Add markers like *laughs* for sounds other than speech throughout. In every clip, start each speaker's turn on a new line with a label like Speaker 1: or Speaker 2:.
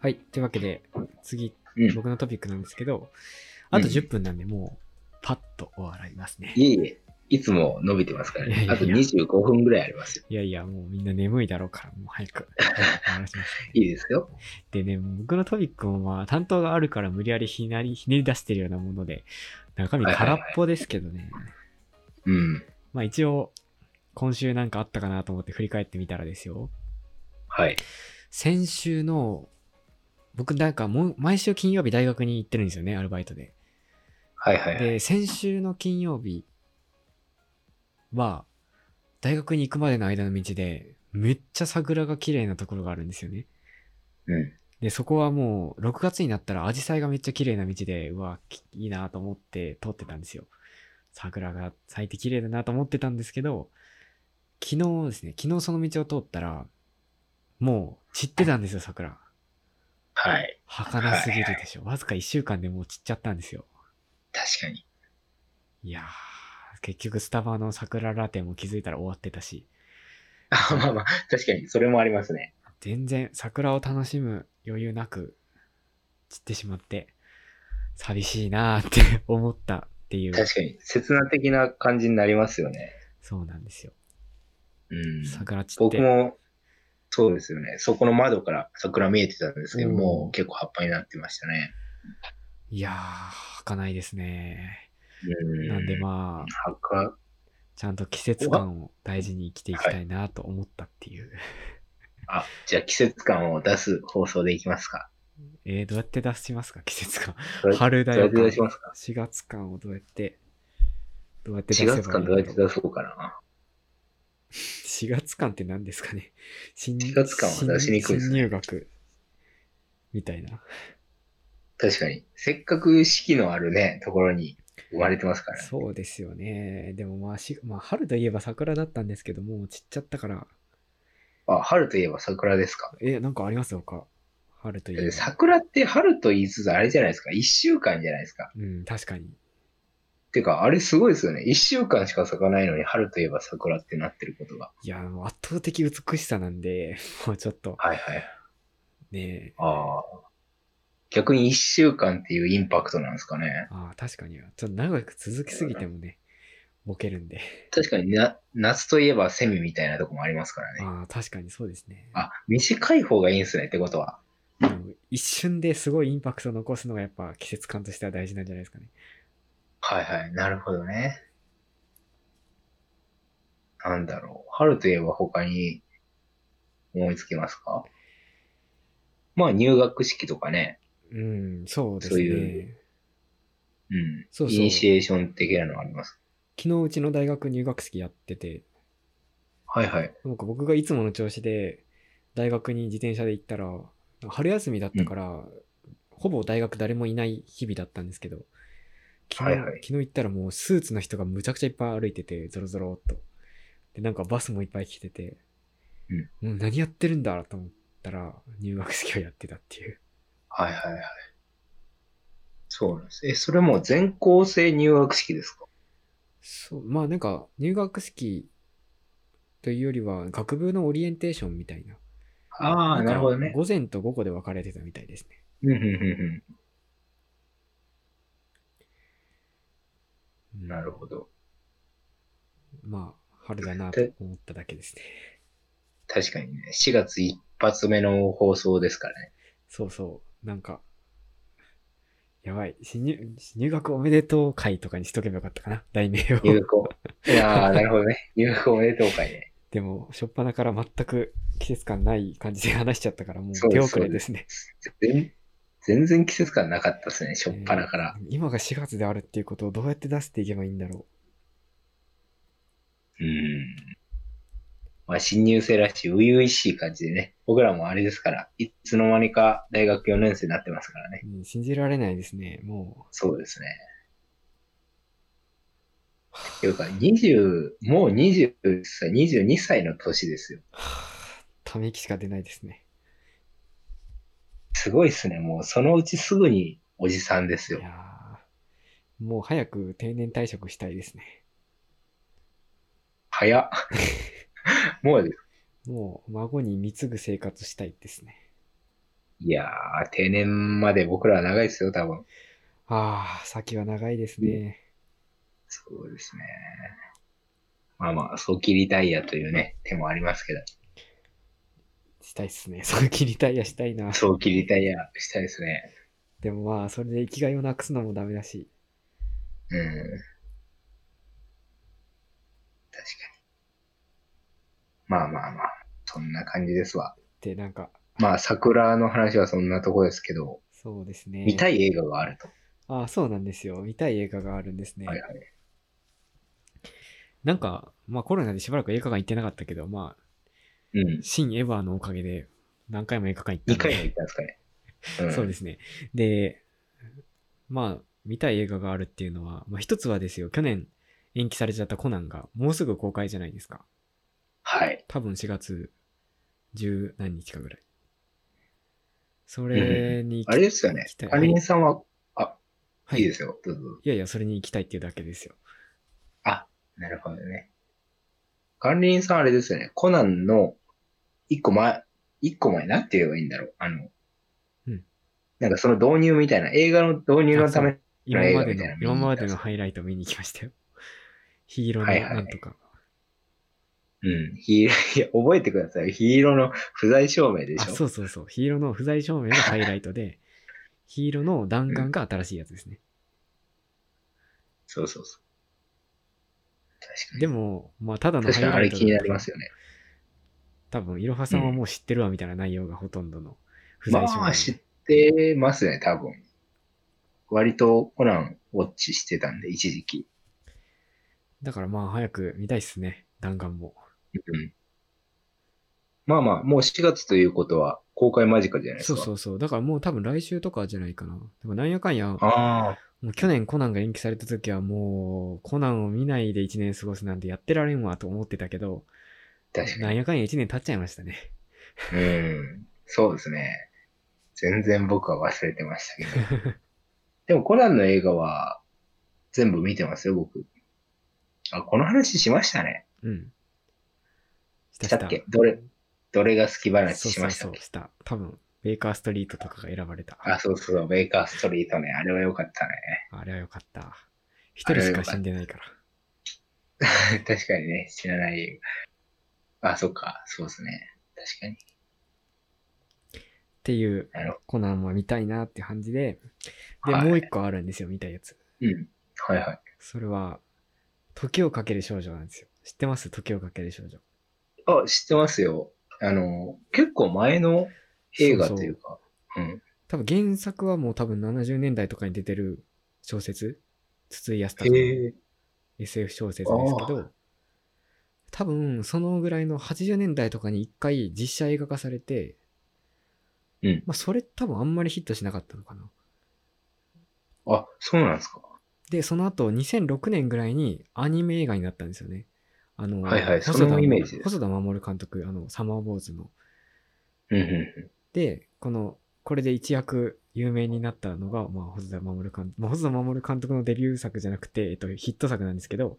Speaker 1: はい。というわけで、次、
Speaker 2: うん
Speaker 1: 僕のトピックなんですけど、あと
Speaker 2: うん
Speaker 1: 10分なんで、もう、パッと終わりますね。
Speaker 2: いえいえ、いつも伸びてますから
Speaker 1: いやいや
Speaker 2: ね。
Speaker 1: いや
Speaker 2: あと25分ぐらいありますよ。
Speaker 1: いやいや、もうみんな眠いだろうから、もう早
Speaker 2: *laughs*
Speaker 1: く、早く終わらします。
Speaker 2: いいですよ。
Speaker 1: でね、もう僕のトピックもまあ、担当があるから無理やりひなり、ひねり出してるようなもので、中身空っぽですけどね。
Speaker 2: うん。
Speaker 1: まあ一応、今週なんかあったかなと思って振り返ってみたらですよ。
Speaker 2: はい。
Speaker 1: 先週の、僕なんかもう毎週金曜日大学に行ってるんですよね、アルバイトで。
Speaker 2: はいはいはい。
Speaker 1: で、先週の金曜日は、大学に行くまでの間の道で、めっちゃ桜が綺麗なところがあるんですよね。
Speaker 2: うん。
Speaker 1: で、そこはもう、6月になったら、アジサイがめっちゃ綺麗な道で、うわ、きいいなと思って通ってたんですよ。桜が咲いて綺麗だなと思ってたんですけど、昨日ですね、昨日その道を通ったら、もう散ってたんですよ、桜。
Speaker 2: はい。
Speaker 1: 儚すぎるでしょ。わずか1週間でもう散っちゃったんですよ。
Speaker 2: 確かに。 *laughs*
Speaker 1: いやー、結局スタバの桜ラテも気づいたら終わってたし、
Speaker 2: あ、まあまあ、確かに、それもありますね。
Speaker 1: 全然桜を楽しむ余裕なく散ってしまって、寂しいなーって *laughs* 思ったっていう、
Speaker 2: 確かに、切な的な感じになりますよね。
Speaker 1: そうなんですよ。
Speaker 2: うん。
Speaker 1: 桜散っ
Speaker 2: 僕
Speaker 1: て。
Speaker 2: も、そうですよね。そこの窓から桜見えてたんですけど、
Speaker 1: うん
Speaker 2: もう結構葉っぱになってましたね。
Speaker 1: いやー、儚いですね。
Speaker 2: うん。
Speaker 1: なんでまあ、
Speaker 2: 葉っぱ、
Speaker 1: ちゃんと季節感を大事に生きていきたいなと思ったっていう。
Speaker 2: あ、じゃあ季節感を出す放送でいきますか。
Speaker 1: えー、どうやって出しますか季節感
Speaker 2: どう。や
Speaker 1: 春だ
Speaker 2: どうや
Speaker 1: よ。
Speaker 2: って出しますか
Speaker 1: 4月感をどうやって、どうやって出せ
Speaker 2: ?4
Speaker 1: ばいいん
Speaker 2: 月
Speaker 1: だろう
Speaker 2: 間どうやって出そうかな。
Speaker 1: 4月間って何ですかね *laughs* 新
Speaker 2: 4月間は出しにくいです
Speaker 1: 新
Speaker 2: ね
Speaker 1: 入学みたいな。
Speaker 2: 確かに。せっかく四季のあるね、ところに生まれてますから、ね。
Speaker 1: そうですよね。でもまあ、しまあ、春といえば桜だったんですけど、もう散っちゃったから。
Speaker 2: あ、春といえば桜ですか。
Speaker 1: え、なんかありますか春といえ
Speaker 2: で
Speaker 1: ば。
Speaker 2: 桜って春と言いつつあれじゃないですか。1週間じゃないですか。
Speaker 1: うん、確かに。
Speaker 2: てか、あれすごいですよね。1週間しか咲かないのに春といえば桜ってなってることが。
Speaker 1: いや、もう圧倒的美しさなんで、 *laughs* もうちょっと
Speaker 2: はいはい。
Speaker 1: ね、
Speaker 2: ああ。逆に1週間っていうインパクトなんですかね。
Speaker 1: ああ、確かに。ちょっと長く続きすぎてもね、ボケるんで。
Speaker 2: 確かにな、夏といえばセミみたいなとこもありますからね。
Speaker 1: ああ、確かにそうですね。
Speaker 2: あ、短い方がいいんですねってことは。
Speaker 1: でも一瞬ですごいインパクトを残すのがやっぱ季節感としては大事なんじゃないですかね。
Speaker 2: はいはい。なるほどね。なんだろう。春といえば他に思いつきますかまあ入学式とかね。
Speaker 1: うん、そうです
Speaker 2: そう
Speaker 1: ね。
Speaker 2: いううん。
Speaker 1: そうそう
Speaker 2: イニシエーション的なのあります。
Speaker 1: 昨日うちの大学入学式やってて、
Speaker 2: はいはい。
Speaker 1: なんか僕がいつもの調子で大学に自転車で行ったら、春休みだったから、ほぼ大学誰もいない日々だったんですけど、昨日、
Speaker 2: はいはい
Speaker 1: 昨日行ったらもうスーツの人がむちゃくちゃいっぱい歩いてて、ゾロゾロっと。で、なんかバスもいっぱい来てて、もう何やってるんだと思ったら、入学式をやってたっていう。
Speaker 2: はいはいはい。そうなんです。え、それもう全校生入学式ですか
Speaker 1: そう、まあなんか入学式というよりは学部のオリエンテーションみたいな。
Speaker 2: ああ、
Speaker 1: んか
Speaker 2: なるほどね。
Speaker 1: 午前と午後で分かれてたみたいですね。
Speaker 2: うんうんうんうん。なるほど。
Speaker 1: ど。まあ、春だなと思っただけですね。
Speaker 2: 確かにね。4月一発目の放送ですからね。
Speaker 1: そうそう。なんか、やばい。新入入学おめでとう会とかにしとけばよかったかな。題名を。*laughs*
Speaker 2: 入学を。いやー、なるほどね。入学おめでとう会ね。
Speaker 1: でも、初っ端から全く季節感ない感じで話しちゃったから、も
Speaker 2: そうう
Speaker 1: 手
Speaker 2: です
Speaker 1: 遅れですね。
Speaker 2: 全全然季節感なかったですね、しょっぱなから。
Speaker 1: 今が4月であるっていうことをどうやって出していけばいいんだろ
Speaker 2: うん。まあ、新入生らしい、初々しい感じでね。僕らもあれですから、いつの間にか大学4年生になってますからね。
Speaker 1: う。うん信じられないですね。も
Speaker 2: そうですね。っていうか、20、もう20歳、22歳の年ですよ。
Speaker 1: う、ため息しか出ないですね。
Speaker 2: すごいですね。もうそのうちすぐにおじさんですよ
Speaker 1: い。やーもう早く定年退職したいですね。
Speaker 2: 早 *laughs* っ。もうです
Speaker 1: もう孫に貢ぐ生活したいですね。
Speaker 2: いやー、定年まで僕らは長いですよ、多分。
Speaker 1: ああ、先は長いですね。
Speaker 2: そうですね。まあまあ、早期リタイアというね、手もありますけど、
Speaker 1: したいっすね。 *laughs* 早期リタイアしたいな。
Speaker 2: 早期リタイアしたいですね。
Speaker 1: でもまあ、それで生きがいをなくすのもダメだし。
Speaker 2: うん。確かに。まあまあまあ、そんな感じですわ。
Speaker 1: で、なんか、
Speaker 2: まあ、桜の話はそんなとこですけど、
Speaker 1: そうですね。
Speaker 2: 見たい映画があると。
Speaker 1: ああ、そうなんですよ。見たい映画があるんですね。
Speaker 2: はいはい。
Speaker 1: なんか、まあコロナでしばらく映画館行ってなかったけど、まあ、
Speaker 2: うん。
Speaker 1: 新エヴァのおかげで何回も映画館行
Speaker 2: 2
Speaker 1: ったん
Speaker 2: 回
Speaker 1: で
Speaker 2: も行ったんですかね。うん、
Speaker 1: そうですね。で、まあ、見たい映画があるっていうのは、まあ一つはですよ、去年延期されちゃったコナンがもうすぐ公開じゃないですか。
Speaker 2: はい。
Speaker 1: 多分4月十何日かぐらい。それに行き
Speaker 2: あれですよね
Speaker 1: 行きた。い
Speaker 2: 管理人さんは、、
Speaker 1: はい
Speaker 2: い
Speaker 1: い。
Speaker 2: で
Speaker 1: い
Speaker 2: すよ。どうぞどうぞ。
Speaker 1: やいや、それに行きたいっていうだけですよ。
Speaker 2: あ、なるほどね。管理人さんあれですよね。コナンの一個前、一個前なんて言えばいいんだろう。あの、
Speaker 1: うん
Speaker 2: なんかその導入みたいな、映画の導入のため、
Speaker 1: 今
Speaker 2: 映
Speaker 1: ま
Speaker 2: 画
Speaker 1: で
Speaker 2: み
Speaker 1: の
Speaker 2: たいなの、見に行
Speaker 1: 今
Speaker 2: った
Speaker 1: までのハイライト見に行きましたよ。 *laughs* ヒーロー
Speaker 2: はい
Speaker 1: の
Speaker 2: はい
Speaker 1: なんとか。
Speaker 2: うん、ヒーロー、いや、 *laughs* 覚えてください。ヒーローの不在証明でし
Speaker 1: あ、
Speaker 2: ょ。
Speaker 1: そうそうそう。ヒーローの不在証明がハイライト
Speaker 2: *laughs*
Speaker 1: で、ヒーローの弾丸が新しいやつですね。
Speaker 2: そうそうそう。確かに。
Speaker 1: でも、まあ、ただのハ
Speaker 2: 確
Speaker 1: イ
Speaker 2: かにあ
Speaker 1: ライ
Speaker 2: れ
Speaker 1: ト
Speaker 2: 気に
Speaker 1: だ
Speaker 2: な
Speaker 1: と
Speaker 2: りますよね。
Speaker 1: 多分、いろはさんはもう知ってるわみたいな内容がほとんどの不在証明。
Speaker 2: まあ、知ってますね、多分。割とコナンウォッチしてたんで、一時期。
Speaker 1: だからまあ、早く見たいっすね。弾丸も。
Speaker 2: うん。まあまあ、もう4月ということは公開間近じゃないです
Speaker 1: そう
Speaker 2: か。
Speaker 1: そううそう。だからもう多分来週とかじゃないかな。でもなんやかんや、も
Speaker 2: ああ、
Speaker 1: う去年コナンが延期された時はもう、コナンを見ないで1年過ごすなんてやってられんわと思ってたけど、
Speaker 2: 確
Speaker 1: な
Speaker 2: か
Speaker 1: ん
Speaker 2: に。
Speaker 1: やかんや1年経っちゃいましたね。
Speaker 2: うん。そうですね。全然僕は忘れてましたけど。
Speaker 1: *laughs*
Speaker 2: でもコナンの映画は全部見てますよ、僕。あ、この話しましたね。
Speaker 1: うん。し
Speaker 2: したっけどれ、どれが好き話しました
Speaker 1: そうそう
Speaker 2: っけ
Speaker 1: そう、した。多分、ベイカーストリートとかが選ばれた。
Speaker 2: あ、そうそう、ベイカーストリートね。あれは良かったね。
Speaker 1: あれはよかった。一人しか死んでないから。
Speaker 2: 確かにね、 *laughs* 知らない。あ、そっか、そうですね。確かに。
Speaker 1: っていう
Speaker 2: なるほ、
Speaker 1: コナンは見たいなっていう感じで、で、
Speaker 2: はい
Speaker 1: もう一個あるんですよ、見たいやつ。
Speaker 2: うん。はいはい。
Speaker 1: それは、時をかける少女なんですよ。知ってます時をかける少女。
Speaker 2: あ、知ってますよ。あの、結構前の映画というか。うん。
Speaker 1: 多分原作はもう多分70年代とかに出てる小説、筒井康隆の
Speaker 2: へえ。
Speaker 1: SF 小説ですけど、多分そのぐらいの80年代とかに一回実写映画化されて、
Speaker 2: うん
Speaker 1: まあそれ多分あんまりヒットしなかったのかな。
Speaker 2: あ、そうなんですか。
Speaker 1: で、その後2006年ぐらいにアニメ映画になったんですよね。あの、
Speaker 2: はいはい
Speaker 1: 細
Speaker 2: そ
Speaker 1: 田
Speaker 2: のイメージです
Speaker 1: 細田守監督、あの、サマーボーズの。
Speaker 2: うんう
Speaker 1: で、この、これで一躍有名になったのが、まあ、細田守監督、まあ、細田守監督のデビュー作じゃなくて、えっと、ヒット作なんですけど、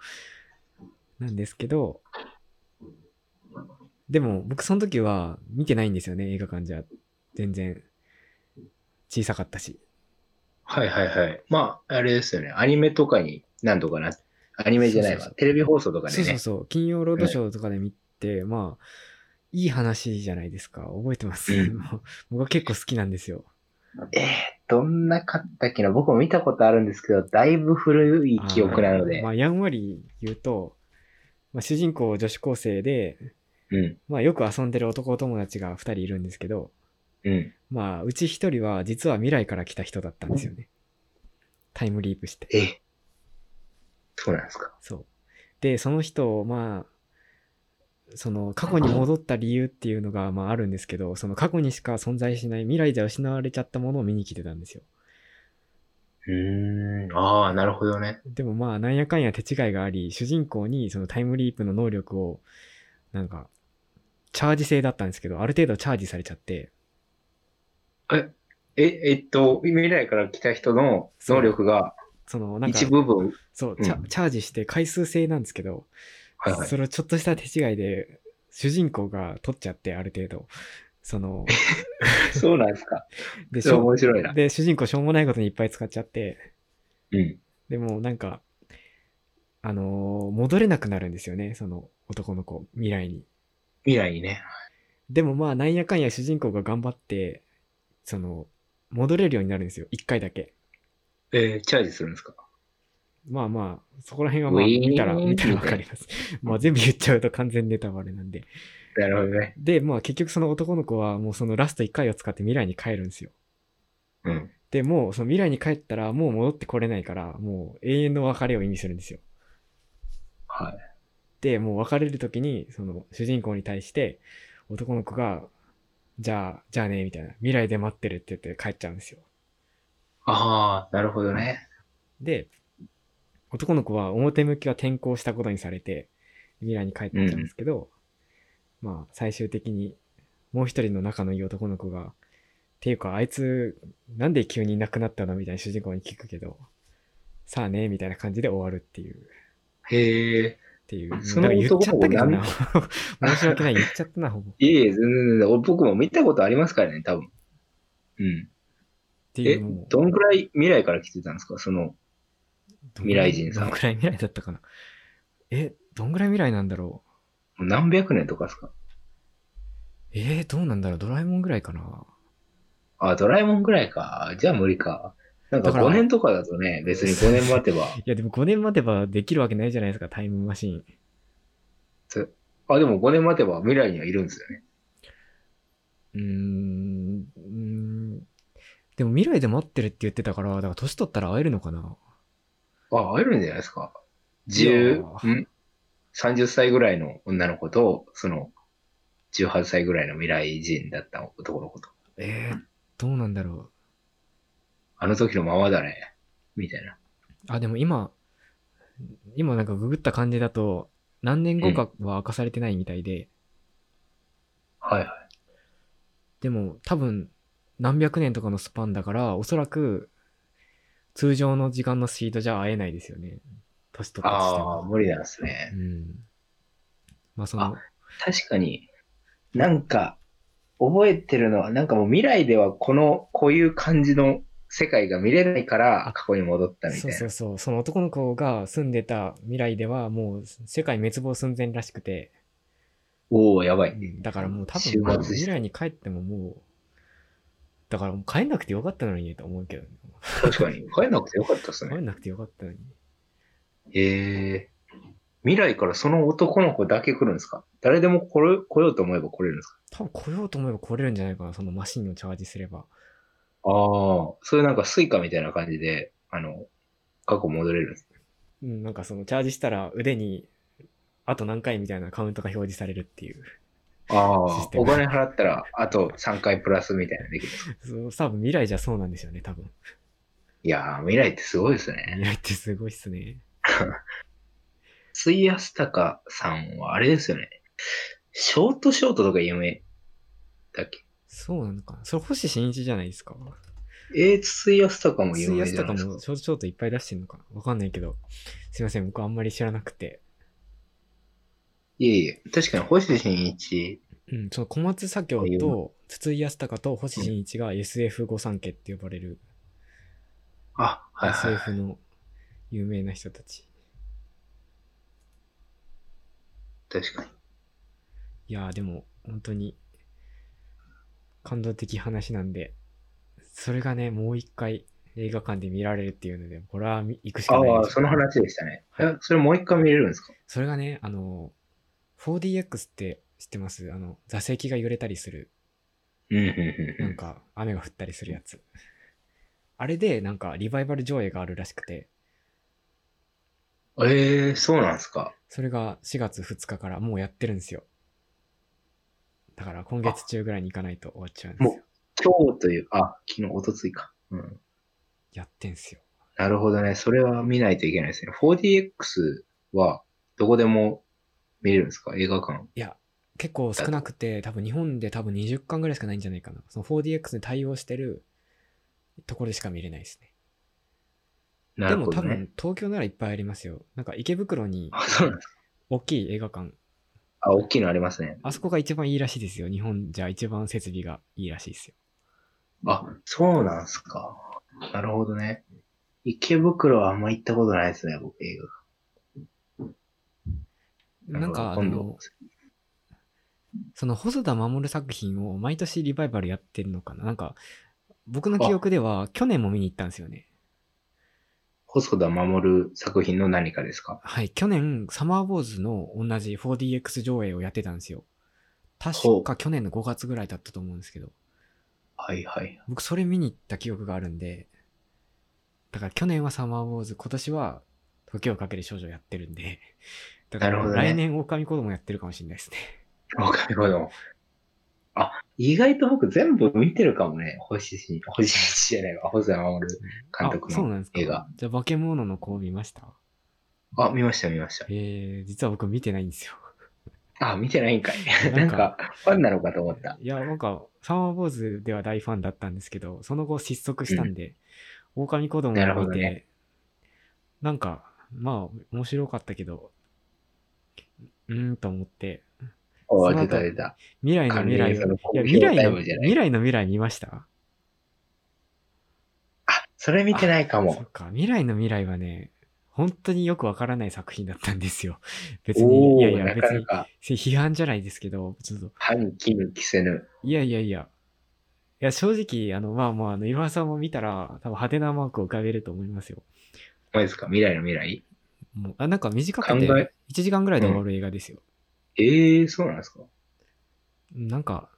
Speaker 1: なんですけど、でも、僕その時は見てないんですよね、映画館じゃ。全然。小さかったし。
Speaker 2: んうん。はいはいはい。まあ、あれですよね。アニメとかに何度かな。アニメじゃない
Speaker 1: そうそう
Speaker 2: わ
Speaker 1: そ。う
Speaker 2: テレビ放送とかで
Speaker 1: そう
Speaker 2: ね。
Speaker 1: そうそう。金曜ロードショーとかで見て、まあ、いい話じゃないですか。覚えてます。
Speaker 2: う
Speaker 1: *laughs*
Speaker 2: ん
Speaker 1: もう僕は結構好きなんですよ。
Speaker 2: えーどんなかったっけな。僕も見たことあるんですけど、だいぶ古い記憶なの
Speaker 1: あー
Speaker 2: で
Speaker 1: ま。あ、やんわり言うと、まあ、主人公女子高生で、
Speaker 2: うん。
Speaker 1: まあ、よく遊んでる男友達が2人いるんですけど、
Speaker 2: うん。
Speaker 1: まあ、うち1人は実は未来から来た人だったんですよね。タイムリープして。
Speaker 2: えそうなんですか。
Speaker 1: そう。で、その人を、まあ、その過去に戻った理由っていうのが、まあ、あるんですけど、その過去にしか存在しない未来じゃ失われちゃったものを見に来てたんですよ。
Speaker 2: うーん。ああ、なるほどね。
Speaker 1: でもまあ、なんやかんや手違いがあり、主人公にそのタイムリープの能力を、なんか、チャージ制だったんですけど、ある程度チャージされちゃって、
Speaker 2: え、え、えっと、未来から来た人の能力が
Speaker 1: その、なんか
Speaker 2: 一、部分、
Speaker 1: そう、チャ
Speaker 2: うん
Speaker 1: チャージして回数制なんですけど、
Speaker 2: はいはい。
Speaker 1: それをちょっとした手違いで、主人公が取っちゃって、ある程度。そ
Speaker 2: *laughs*
Speaker 1: の、
Speaker 2: そうなんですか。
Speaker 1: で、し
Speaker 2: そう
Speaker 1: ょ
Speaker 2: 面白いな。
Speaker 1: で主人公しょうもないことにいっぱい使っちゃって、
Speaker 2: うん。
Speaker 1: でもなんか、あのー戻れなくなるんですよね、その男の子、未来に。
Speaker 2: 未来にね。
Speaker 1: でもまあ、なんやかんや主人公が頑張って、その、戻れるようになるんですよ、一回だけ。
Speaker 2: えー、チャージするんですか
Speaker 1: まあまあ、そこら辺はまあ、
Speaker 2: ウィーン
Speaker 1: 見たら、見たらわかります。まあ、全部言っちゃうと完全ネタバレなんで。
Speaker 2: なるほどね。
Speaker 1: で、まあ結局その男の子はもうそのラスト1回を使って未来に帰るんですよ。
Speaker 2: うん。
Speaker 1: で、もうその未来に帰ったらもう戻ってこれないから、もう永遠の別れを意味するんですよ。
Speaker 2: はい。
Speaker 1: で、もう別れる時に、その主人公に対して男の子が、じゃあ、じゃあね、みたいな。未来で待ってるって言って帰っちゃうんですよ。
Speaker 2: ああ、なるほどね。
Speaker 1: で、男の子は表向きは転校したことにされて、未来に帰ってっちゃうんですけど、まあ、最終的に、もう一人の仲のいい男の子が、っていうか、あいつ、なんで急にいなくなったのみたいな主人公に聞くけど、さあね、みたいな感じで終わるっていう、っ
Speaker 2: へえ。
Speaker 1: ていう。
Speaker 2: その
Speaker 1: なんか言っちゃったけど
Speaker 2: 男の
Speaker 1: な。 *laughs* 申し訳ない、言っちゃったな、ほぼ。っ
Speaker 2: いえいえ、全然全然。俺僕も見たことありますからね、多分。うん。
Speaker 1: てい
Speaker 2: え
Speaker 1: う、もう、
Speaker 2: どんくらい未来から来てたんですかその、
Speaker 1: どんぐらい
Speaker 2: 未来人さ
Speaker 1: ど
Speaker 2: ん
Speaker 1: んくらい未来だったかな。え、どんぐらい未来なんだろ
Speaker 2: 何百年とかですか
Speaker 1: う。えー、どうなんだろう。ドラえもんぐらいかな。
Speaker 2: あ、ドラえもんぐらいか。じゃあ無理か。なん
Speaker 1: だ
Speaker 2: か
Speaker 1: から
Speaker 2: 5年とかだとね、別に5年待て *laughs* ば。
Speaker 1: いや、でも5年待てばできるわけないじゃないですか、タイムマシン。
Speaker 2: あ、でも5年待てば未来にはいるんですよね。
Speaker 1: うーん、うーん。でも未来で待ってるって言ってたから、だから年取ったら会えるのかな
Speaker 2: あ、会えるんじゃないですか。
Speaker 1: い
Speaker 2: 10
Speaker 1: や、
Speaker 2: ん ?30 歳ぐらいの女の子と、その、18歳ぐらいの未来人だった男の子と。
Speaker 1: えー、どうなんだろ
Speaker 2: あの時のままだね。みたいな。
Speaker 1: う。あ、でも今、今なんかググった感じだと、何年後かは明かされてないみたいで、
Speaker 2: はいは
Speaker 1: でも多分何百年とかのスパンだから、おそらく通常の時間のスピードじゃ会えないですよね。年取
Speaker 2: い。
Speaker 1: ったとして
Speaker 2: ああ、
Speaker 1: も。
Speaker 2: 無理なんですね
Speaker 1: う。ん。まあその、
Speaker 2: 確かに、なんか、覚えてるのは、なんかもう未来ではこの、こういう感じの世界が見れないから、過去に戻ったみた
Speaker 1: そ
Speaker 2: いうな。
Speaker 1: そうそうその男の子が住んでた未来ではもう世界滅亡寸前らしくて
Speaker 2: おおやばい。
Speaker 1: だからもう多
Speaker 2: 終
Speaker 1: 分もう
Speaker 2: 末し
Speaker 1: 未来に帰ってももうだからもう帰んなくてよかったのにねと思うけどね
Speaker 2: 確かに。帰んなくてよかったです
Speaker 1: 帰
Speaker 2: ね。
Speaker 1: んなくてよかったのに
Speaker 2: へえ未来からその男の子だけ来るんですか誰でも来れ来ようと思えば来れるんですか
Speaker 1: 多分来ようと思えば来れるんじゃないかなそのマシンをチャージすれば
Speaker 2: ああ。それなんかスイカみたいな感じで、あの、過去戻れるんです。
Speaker 1: うんなんかそのチャージしたら腕にあと何回みたいなカウントが表示されるっていう *laughs*
Speaker 2: あ
Speaker 1: シ
Speaker 2: あ
Speaker 1: ス。テム
Speaker 2: お金払ったら、あと3回プラスみたいなのできる。
Speaker 1: そう多分未来じゃそうなんですよね多分
Speaker 2: いやー、未来ってすごいですね。
Speaker 1: 未来ってすごいっすね
Speaker 2: 水安隆さんはあれですよね。ショートショートとか有名だっけ
Speaker 1: そうなのかなそれ星新一じゃないですか
Speaker 2: えー、水安隆も有
Speaker 1: 水
Speaker 2: 名
Speaker 1: 安
Speaker 2: じゃ
Speaker 1: と
Speaker 2: な
Speaker 1: か
Speaker 2: い
Speaker 1: も
Speaker 2: で
Speaker 1: シ
Speaker 2: す
Speaker 1: ョ
Speaker 2: か。
Speaker 1: ートショートいっぱい出してんのかなわかんないけど。すいません、僕あんまり知らなくて。
Speaker 2: いえいえ、確かに星新一。
Speaker 1: うん、その小松左京
Speaker 2: あいいよ
Speaker 1: と筒井康隆と星新一が SF53 家って呼ばれる
Speaker 2: あ、はいはいはい。
Speaker 1: SF の有名な人たち。
Speaker 2: 確かに。
Speaker 1: いやーでも本当に感動的話なんで、それがね、もう一回映画館で見られるっていうので、これは見行くしかない
Speaker 2: ああ
Speaker 1: で
Speaker 2: ー、
Speaker 1: す
Speaker 2: その話でしたね。え、それもう一回見れるんですか
Speaker 1: それがね、あの、4DX って知ってますあの、座席が揺れたりする。
Speaker 2: うん、うん、うんう
Speaker 1: なん
Speaker 2: ん。
Speaker 1: か雨が降ったりするやつ。あれでなんかリバイバル上映があるらしくて、
Speaker 2: ええー、そうなんですか。
Speaker 1: それが4月2日からもうやってるんですよ。だから今月中ぐらいに行かないと終わっちゃうんです
Speaker 2: も
Speaker 1: よ。
Speaker 2: 今日という、あ、昨日、おとついか。うん。
Speaker 1: やってんすよ。
Speaker 2: なるほどね。それは見ないといけないですね。4DX はどこでも見れるんですか映画館。
Speaker 1: いや、結構少なくて、多分日本で多分20巻ぐらいしかないんじゃないかな。その 4DX に対応してるところでしか見れないですね。
Speaker 2: な
Speaker 1: で
Speaker 2: る
Speaker 1: も
Speaker 2: ほ
Speaker 1: 多
Speaker 2: どね。
Speaker 1: 分東京ならいっぱいありますよ。なんか池袋に
Speaker 2: あ、そうなんですか。
Speaker 1: 大きい映画館
Speaker 2: あ、大きいのありますね。
Speaker 1: あそこが一番いいらしいですよ。日本じゃ一番設備がいいらしいですよ。
Speaker 2: あ、そうなんすか。なるほどね。池袋はあんま行ったことないですね、僕、映画。
Speaker 1: なんか、あ
Speaker 2: 今
Speaker 1: の
Speaker 2: 度、、
Speaker 1: その細田守作品を毎年リバイバルやってるのかななんか、僕の記憶では去年も見に行ったんですよね。
Speaker 2: 細田守作品の何かですか
Speaker 1: はい、去年、サマーウォーズの同じ 4DX 上映をやってたんですよ。
Speaker 2: ほ
Speaker 1: 確
Speaker 2: う
Speaker 1: か去年の5月ぐらいだったと思うんですけど、
Speaker 2: はいはい。
Speaker 1: 僕それ見に行った記憶があるんで、だから去年はサマーウォーズ、今年は時をかける少女やってるんで、 *laughs* だか
Speaker 2: なる
Speaker 1: ら
Speaker 2: ほどね
Speaker 1: 来年狼子供やってるかもしれないですね。
Speaker 2: わかるほど。あ、意外と僕全部見てるかもね。星新、星新じゃないわ。細田守監督
Speaker 1: あそう
Speaker 2: の。
Speaker 1: なんです
Speaker 2: 映画
Speaker 1: か。じゃあ化け物の子見ました
Speaker 2: あ見ました見ました。
Speaker 1: えー、実は僕見てないんですよ。
Speaker 2: あ、見てないんかい。
Speaker 1: な
Speaker 2: なんん
Speaker 1: か
Speaker 2: か、ファンなのかと思った。
Speaker 1: いや、なんか、サマーボーズでは大ファンだったんですけど、その後失速したんで、狼子供を見て
Speaker 2: なるほどね
Speaker 1: なんか、まあ、面白かったけど、うーんと思って、
Speaker 2: お
Speaker 1: その後
Speaker 2: ー、出た出た。
Speaker 1: 未来の
Speaker 2: 完
Speaker 1: 未
Speaker 2: 全
Speaker 1: 来
Speaker 2: にそ
Speaker 1: を、
Speaker 2: の
Speaker 1: いや、未来
Speaker 2: タイ
Speaker 1: の、
Speaker 2: ムじゃない
Speaker 1: 未来の未来見ました
Speaker 2: あ、それ見てないか
Speaker 1: そ
Speaker 2: も
Speaker 1: っ。か、未来の未来はね、本当によくわからない作品だったんですよ。別
Speaker 2: お
Speaker 1: に、いやい
Speaker 2: ー、
Speaker 1: や、
Speaker 2: な
Speaker 1: 別
Speaker 2: かな
Speaker 1: に、
Speaker 2: か、
Speaker 1: 批判じゃないですけど、ちょっと、
Speaker 2: 歯に衣着せぬ。
Speaker 1: いやいやいや。いや、正直、あの、まあまあ、あの、いろはさんも見たら、多分派手なマークを浮かべると思いますよ。
Speaker 2: 何ですか未来の未来
Speaker 1: もう、あ、なんか短く
Speaker 2: 考
Speaker 1: て
Speaker 2: え、
Speaker 1: 1時間ぐらいで終わる映画ですよ。
Speaker 2: ええー、そうなんですか
Speaker 1: なんか、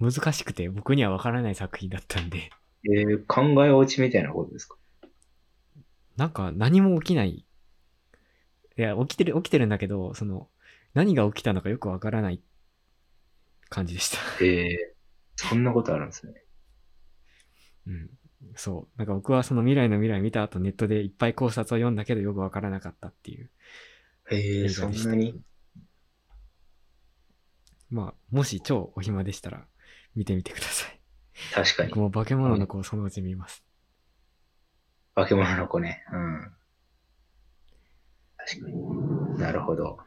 Speaker 1: 難しくて、僕には分からない作品だったんで、
Speaker 2: えー、考え落ちみたいなことですか
Speaker 1: なんか、何も起きない。いや、起きてる、起きてるんだけど、その、何が起きたのかよく分からない感じでした。 *laughs*
Speaker 2: ええー、そんなことあるんですね。
Speaker 1: うん。そう。なんか僕はその未来の未来見た後、ネットでいっぱい考察を読んだけど、よく分からなかったっていう。
Speaker 2: え
Speaker 1: 映
Speaker 2: えー、
Speaker 1: 画
Speaker 2: そ
Speaker 1: でした
Speaker 2: んなに
Speaker 1: まあ、もし超お暇でしたら、見てみてください。
Speaker 2: 確かに
Speaker 1: 僕。も化け物の子をそのうち見ます。
Speaker 2: 化け物の子ね。うん。確かに。なるほど。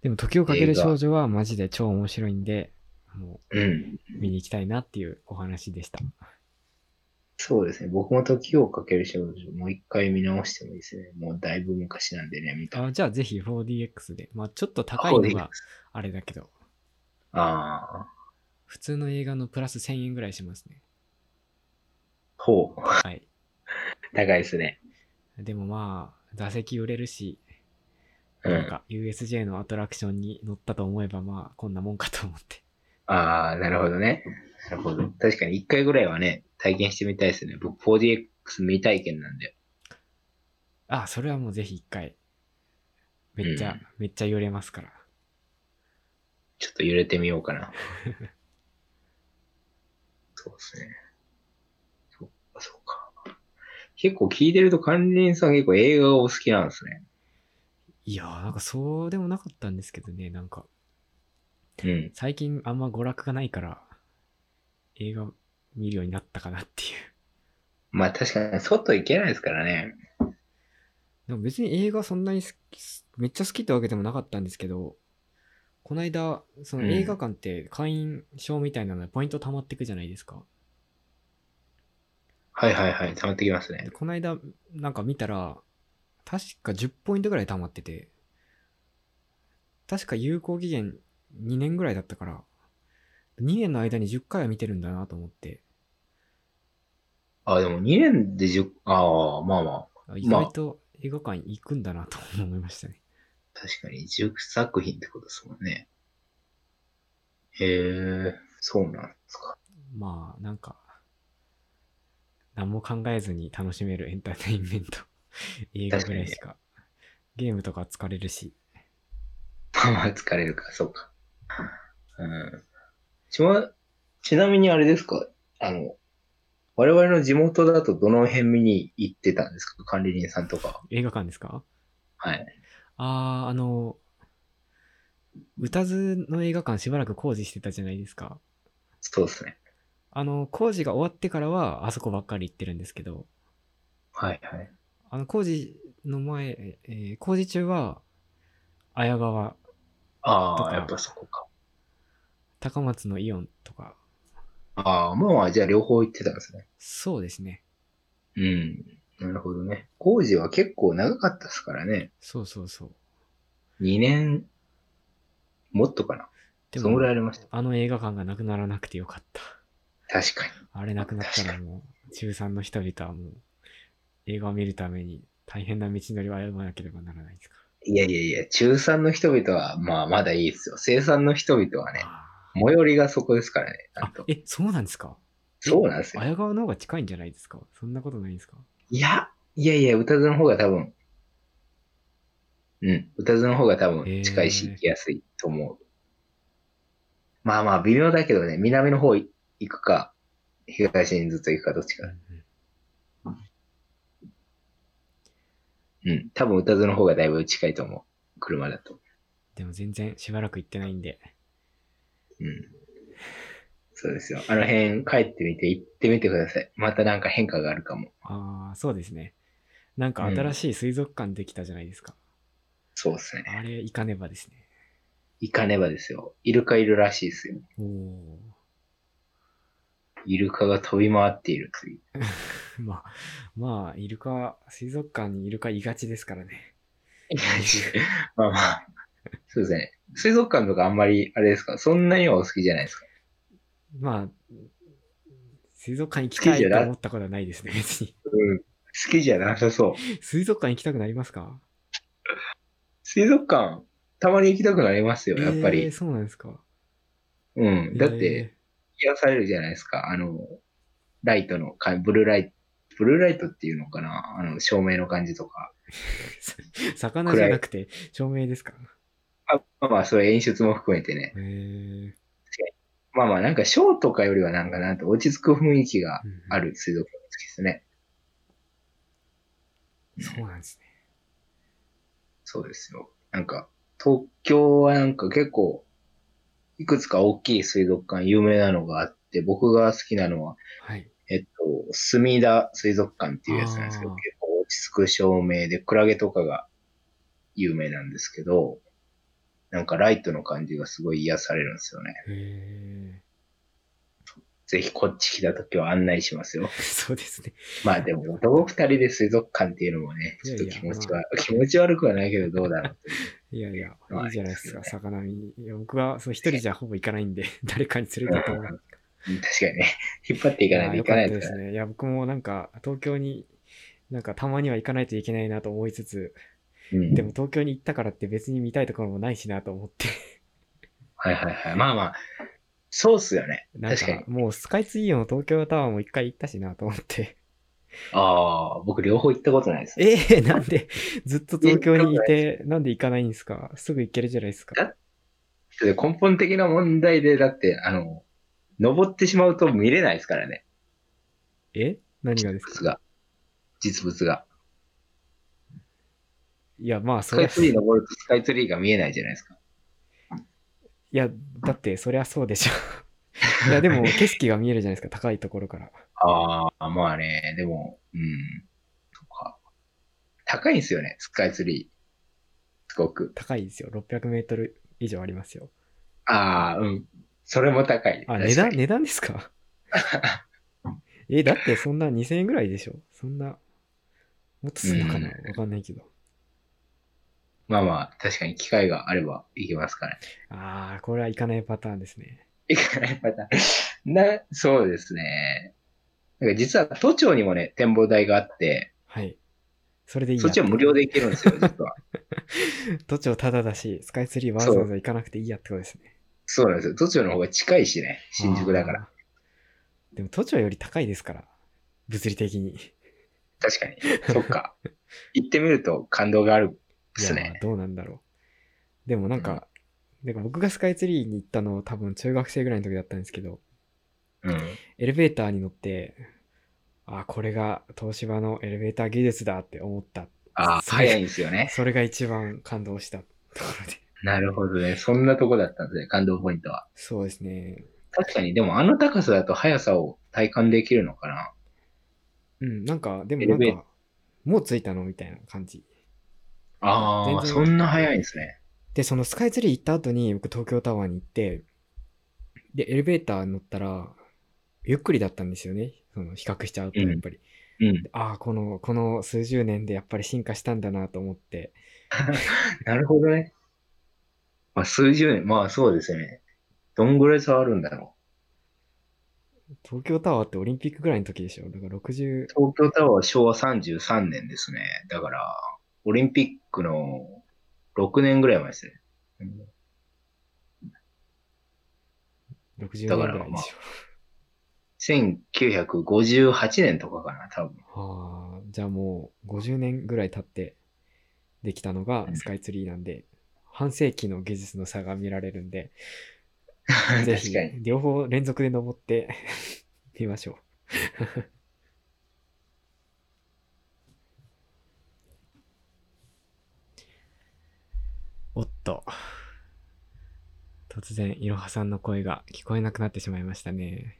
Speaker 1: でも、時をかける少女はマジで超面白いんで、も
Speaker 2: うん。
Speaker 1: う見に行きたいなっていうお話でした。
Speaker 2: そうですね。僕も時をかける少女、もう一回見直してもいいですね。もうだいぶ昔なんでね、見た
Speaker 1: あじゃあ、ぜひ 4DX で。まあ、ちょっと高いのがあれだけど、
Speaker 2: ああ、
Speaker 1: 普通の映画のプラス1000円ぐらいしますね。
Speaker 2: ほう。
Speaker 1: はい。
Speaker 2: 高いですね。
Speaker 1: でもまあ、座席売れるし、
Speaker 2: う
Speaker 1: なん
Speaker 2: ん。
Speaker 1: か USJ のアトラクションに乗ったと思えば、まあ、こんなもんかと思って。
Speaker 2: ああ、なるほどね。なるほど。確かに一回ぐらいはね、体験してみたいですね。僕 4DX 未体験なんで。
Speaker 1: あ、それはもうぜひ一回。めっちゃ、
Speaker 2: うん
Speaker 1: めっちゃ揺れますから。
Speaker 2: ちょっと揺れてみようかな。 *laughs* そうですね。そっか、そっか。結構聞いてると管理人さん結構映画がお好きなんですね。
Speaker 1: いやー、なんかそうでもなかったんですけどね、なんか、
Speaker 2: うん。
Speaker 1: 最近あんま娯楽がないから、映画見るようになったかなっていう。
Speaker 2: まあ確かに外行けないですからね。
Speaker 1: でも別に映画そんなに好き、めっちゃ好きってわけでもなかったんですけど、こないだ、その
Speaker 2: うん
Speaker 1: 映画館って会員証みたいなのでポイント貯まってくじゃないですか。
Speaker 2: はいはいはい。溜まってきますね
Speaker 1: で、。こないだ、なんか見たら、確か10ポイントぐらい貯まってて、確か有効期限2年ぐらいだったから、2年の間に10回は見てるんだなと思って、
Speaker 2: あ、でも2年で10、ああ、まあまあ。
Speaker 1: あ意外と映画館行くんだなと思いましたね。
Speaker 2: 確かに10作品ってことですもんね。へえ、そうなんですか。
Speaker 1: まあ、なんか、何も考えずに楽しめるエンターテインメント。映画ぐらいしか。ゲームとか疲れるし。
Speaker 2: まあまあ疲れるか、そうか。うん。ちま、ちなみにあれですかあの、我々の地元だとどの辺見に行ってたんですか管理人さんとか。
Speaker 1: 映画館ですか
Speaker 2: はい。
Speaker 1: あー、あの、歌津の映画館しばらく工事してたじゃないですか。
Speaker 2: そうですね。
Speaker 1: あの、工事が終わってからはあそこばっかり行ってるんですけど、
Speaker 2: はいはい。
Speaker 1: あの、工事の前、えー工事中は、綾川と
Speaker 2: あ
Speaker 1: か
Speaker 2: あ、やっぱそこか。
Speaker 1: 高松のイオンとか、
Speaker 2: ああ、まあ、じゃあ両方行ってたんですね。
Speaker 1: そうですね。
Speaker 2: うん。なるほどね。工事は結構長かったですからね。
Speaker 1: そうそうそう。
Speaker 2: 2年、もっとかな。
Speaker 1: で
Speaker 2: その
Speaker 1: も
Speaker 2: ぐらい、ありました。
Speaker 1: あの映画館がなくならなくてよかった。
Speaker 2: 確かに。
Speaker 1: あれなくなったらもう、中3の人々はもう、映画を見るために大変な道のりを歩まなければならないですか
Speaker 2: いやいやいや、中3の人々は、まあ、まだいいですよ。生産の人々は
Speaker 1: ら。
Speaker 2: ね、
Speaker 1: あ
Speaker 2: 最寄りがそこですからね。
Speaker 1: ー
Speaker 2: な
Speaker 1: あ
Speaker 2: んと。
Speaker 1: え、そうなんですか
Speaker 2: そうなんです
Speaker 1: *laughs*
Speaker 2: よ。
Speaker 1: 綾川の方が近いんじゃないですかそんなことないんですか
Speaker 2: いや、いやいや、歌津の方が多分、うん、歌津の方が多
Speaker 1: へー
Speaker 2: 分近いし、行きやすいと思う。まあまあ、微妙だけどね、南の方行くか、東にずっと行くか、どっち
Speaker 1: う
Speaker 2: か。
Speaker 1: んうん
Speaker 2: うん、多分歌津の方がだいぶ近いと思う。車だと。
Speaker 1: でも全然しばらく行ってないんで。
Speaker 2: うん。そうですよ。あの辺帰ってみて、行ってみてください。またなんか変化があるかも。
Speaker 1: ああ、そうですね。なんか新しい水族館できたじゃないですか。
Speaker 2: そうですね。
Speaker 1: あれ、行かねばですね。
Speaker 2: 行かねばですよ。イルカいるらしいですよ。
Speaker 1: おお。
Speaker 2: イルカが飛び回っているという。
Speaker 1: *laughs* まあ、まあ、イルカ、水族館にイルカいがちですから
Speaker 2: *laughs*
Speaker 1: ね。
Speaker 2: まあまあ。そうですね。水族館とかあんまり、あれですか、そんなにはお好きじゃないですか。
Speaker 1: まあ、水族館行きた
Speaker 2: 好きじ
Speaker 1: い
Speaker 2: ゃ
Speaker 1: と
Speaker 2: な
Speaker 1: 思ったことはないですね、別に。
Speaker 2: うん。好きじゃなさそう。
Speaker 1: 水族館行きたくなりますか
Speaker 2: 水族館、たまに行きたくなりますよ、やっぱ
Speaker 1: えー
Speaker 2: り。
Speaker 1: そうなんですか。
Speaker 2: うん。だって、癒されるじゃないですか。あの、ライトのか、ブルーライト、ブルーライトっていうのかなあの、照明の感じとか。
Speaker 1: えー魚じゃなくて、照明ですか。
Speaker 2: あまあまあ、それ演出も含めてね。
Speaker 1: えー
Speaker 2: まあまあ、なんかショーとかよりはなんか、なんと落ち着く雰囲気が
Speaker 1: うん
Speaker 2: ある水族館が好きですね。
Speaker 1: そうなんですね。
Speaker 2: そうですよ。なんか、東京はなんか結構、いくつか大きい水族館、有名なのがあって、僕が好きなのは、
Speaker 1: はい。
Speaker 2: えっと、墨田水族館っていうやつなんですけど、
Speaker 1: あー
Speaker 2: 結構落ち着く照明で、クラゲとかが有名なんですけど、なんかライトの感じがすごい癒されるんですよね。
Speaker 1: え
Speaker 2: ぜひこっち来た時は案内しますよ。
Speaker 1: ー *laughs* そうですね。
Speaker 2: まあでも男二人で水族館っていうのもね、ちょっと気持ちは、気持ち悪くはないけどどうだ
Speaker 1: *laughs*
Speaker 2: ろう。
Speaker 1: いやいや、
Speaker 2: まあ
Speaker 1: いいじゃないです
Speaker 2: い
Speaker 1: か、
Speaker 2: いで
Speaker 1: 魚見に。いや僕は、そう一人じゃほぼ行かないんで、 *laughs* 誰かに連れて行ってもらう。
Speaker 2: 確かにね、引っ張っていかないとい
Speaker 1: よ
Speaker 2: か
Speaker 1: か
Speaker 2: な
Speaker 1: っ
Speaker 2: い
Speaker 1: た
Speaker 2: で
Speaker 1: ですす
Speaker 2: から。
Speaker 1: ね。いや、僕もなんか、東京に、なんかたまには行かないといけないなと思いつつ、
Speaker 2: うん
Speaker 1: でも東京に行ったからって別に見たいところもないしなと思って、 *laughs*
Speaker 2: はいはいはい。まあまあ、そうっすよね。
Speaker 1: なん
Speaker 2: 確かに
Speaker 1: か。もうスカイツリーの東京タワーも一回行ったしなと思って、 *laughs*
Speaker 2: ああ、僕両方行ったことないです。
Speaker 1: ええなんで、ずっと東京にいて、なんで行かないんですかすぐ行けるじゃないですか。
Speaker 2: で根本的な問題で、だって、あの、登ってしまうと見れないですからね。
Speaker 1: え何がです
Speaker 2: 実
Speaker 1: か
Speaker 2: 物が。実物が。
Speaker 1: いや、まあ、
Speaker 2: ス
Speaker 1: そり
Speaker 2: カイ
Speaker 1: ゃ、
Speaker 2: ツリー登るとスカイツリーが見えないじゃないですか。
Speaker 1: いや、だって、そりゃそうでしょ。
Speaker 2: *laughs*
Speaker 1: いや、でも、景色が見えるじゃないですか、高いところから。
Speaker 2: ああ、まあね、でも、うん。そっか。高いんですよね、スカイツリー。すごく。
Speaker 1: 高いですよ、600メートル以上ありますよ。
Speaker 2: ああ、うん。それも高い。
Speaker 1: あ、
Speaker 2: 確か
Speaker 1: 値段、
Speaker 2: に
Speaker 1: 値段ですか *laughs* え、だってそんな2000円ぐらいでしょそんな、もっとすんのかなわ
Speaker 2: う
Speaker 1: かんないけど。
Speaker 2: まあまあ、確かに機会があれば行けますからね。 *laughs*
Speaker 1: ああ、これはいかないパターンですね。
Speaker 2: 行かないパターン。な、そうですね。なんか実は都庁にもね、展望台があって、
Speaker 1: はい。それでいいや
Speaker 2: そっちは無料
Speaker 1: *laughs*
Speaker 2: で行けるんですよ、実は。 *laughs*
Speaker 1: どっちもタダだし、スカイツリーわざわざ行かなくていいやってことですね。
Speaker 2: そうなんですよ。都庁の方が近いしね、新宿だから。
Speaker 1: あー。でも都庁より高いですから、物理的に。
Speaker 2: 確かに。そっか。行ってみると感動があるんで
Speaker 1: い
Speaker 2: す
Speaker 1: や、
Speaker 2: ね。
Speaker 1: どうなんだろう。でもなんか、なんか僕がスカイツリーに行ったの多分中学生ぐらいの時だったんですけど、
Speaker 2: うん。
Speaker 1: エレベーターに乗って、あ、これが東芝のエレベーター技術だって思った。
Speaker 2: ああ、
Speaker 1: そう
Speaker 2: 早いんですよね。
Speaker 1: それが一番感動したと *laughs* ころで。
Speaker 2: なるほどね。そんなとこだったんですね、感動ポイントは。
Speaker 1: そうですね。
Speaker 2: 確かに、でもあの高さだと速さを体感できるのかな。
Speaker 1: うん、なんか、で
Speaker 2: エ
Speaker 1: も
Speaker 2: レ
Speaker 1: な
Speaker 2: ベ
Speaker 1: んか、もう着いたのみたいな感じ。
Speaker 2: ああ、
Speaker 1: 全然
Speaker 2: そんな早いんですね。
Speaker 1: で、そのスカイツリー行った後に僕東京タワーに行って、で、エレベーター乗ったら、ゆっくりだったんですよね。その比較しちゃうと、やっぱり。
Speaker 2: うん。
Speaker 1: ああ、この、この数十年でやっぱり進化したんだなと思って。
Speaker 2: なるほどね。まあ、数十年、まあそうですね。どんぐらい差あるんだろ
Speaker 1: 東京タワーってオリンピックぐらいの時でしょ。だから60
Speaker 2: う。、東京タワーは昭和33年ですね。だから、オリンピックの6年ぐらい前ですね。
Speaker 1: 60年ぐ
Speaker 2: だから
Speaker 1: らいでしょ。
Speaker 2: 1958年とかかな、多分。
Speaker 1: はあ、じゃあもう50年ぐらい経ってできたのがスカイツリーなんで、半世紀の技術の差が見られるんで、
Speaker 2: *laughs* 確
Speaker 1: ぜひ
Speaker 2: かに。
Speaker 1: 両方連続で登って *laughs* みましょう。おっと。突然、いろはさんの声が聞こえなくなってしまいましたね。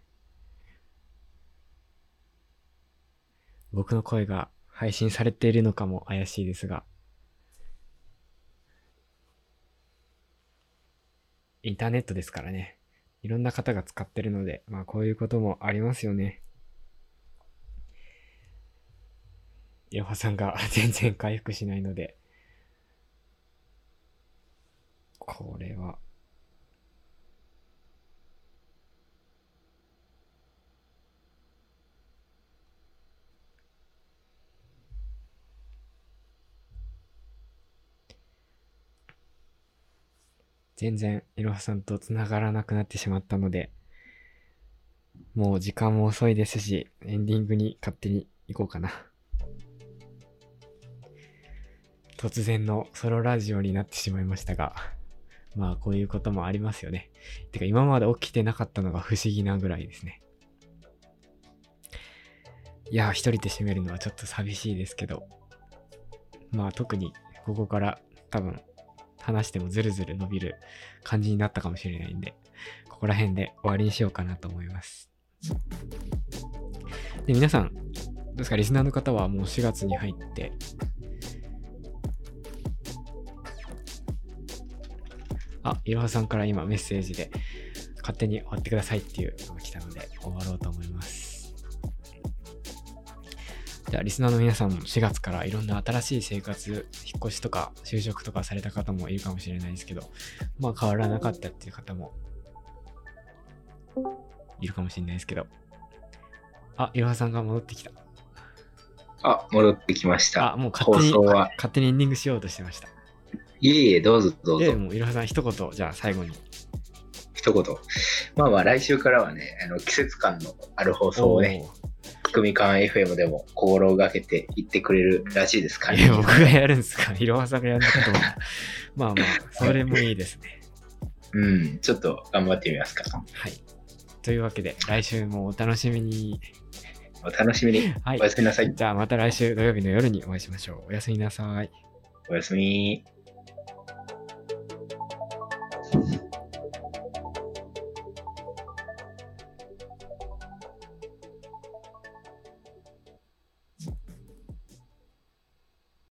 Speaker 1: 僕の声が配信されているのかも怪しいですが、インターネットですからね。いろんな方が使ってるので、まあこういうこともありますよね。いろはさんが *laughs* 全然回復しないので、これは。全然いろはさんと繋がらなくなってしまったので、もう時間も遅いですし、エンディングに勝手に行こうかな。突然のソロラジオになってしまいましたが、まあこういうこともありますよね。てか今まで起きてなかったのが不思議なぐらいですね。いやー、一人で締めるのはちょっと寂しいですけど、まあ特にここから多分話してもずるずる伸びる感じになったかもしれないんで、ここら辺で終わりにしようかなと思います。で、皆さん、どうですか、リスナーの方はもう4月に入って、あ、いろはさんから今メッセージで、勝手に終わってくださいっていうのが来たので、終わろうと思います。じゃあ、リスナーの皆さんも4月からいろんな新しい生活、引っ越しとか就職とかされた方もいるかもしれないですけど、まあ変わらなかったっていう方もいるかもしれないですけど。あ、いろはさんが戻ってきた。
Speaker 2: あ、戻ってきました。
Speaker 1: あ、もう勝
Speaker 2: 放
Speaker 1: 手に、
Speaker 2: 送は。
Speaker 1: 勝手にエンディングしようとしてました。
Speaker 2: いえいえ、どうぞどう
Speaker 1: で、
Speaker 2: ぞ。
Speaker 1: もういろはさん一言、じゃあ最後に。
Speaker 2: 一言。まあまあ、来週からはね、あの季節感のある放送をね、組み感 FM でも心がけていってくれるらしいですか
Speaker 1: おー。
Speaker 2: ら、
Speaker 1: え、僕がやるんですかいろはさんがやるのかと思った。 *laughs* まあまあ、それもいいです
Speaker 2: *laughs*
Speaker 1: ね。
Speaker 2: うん、ちょっと頑張ってみますか。
Speaker 1: はい。というわけで、来週もお楽しみに。
Speaker 2: お楽しみに。
Speaker 1: はい
Speaker 2: おや。すみなさい。
Speaker 1: じゃあまた来週土曜日の夜にお会いしましょう。おやすみなさい。
Speaker 2: おやすみ。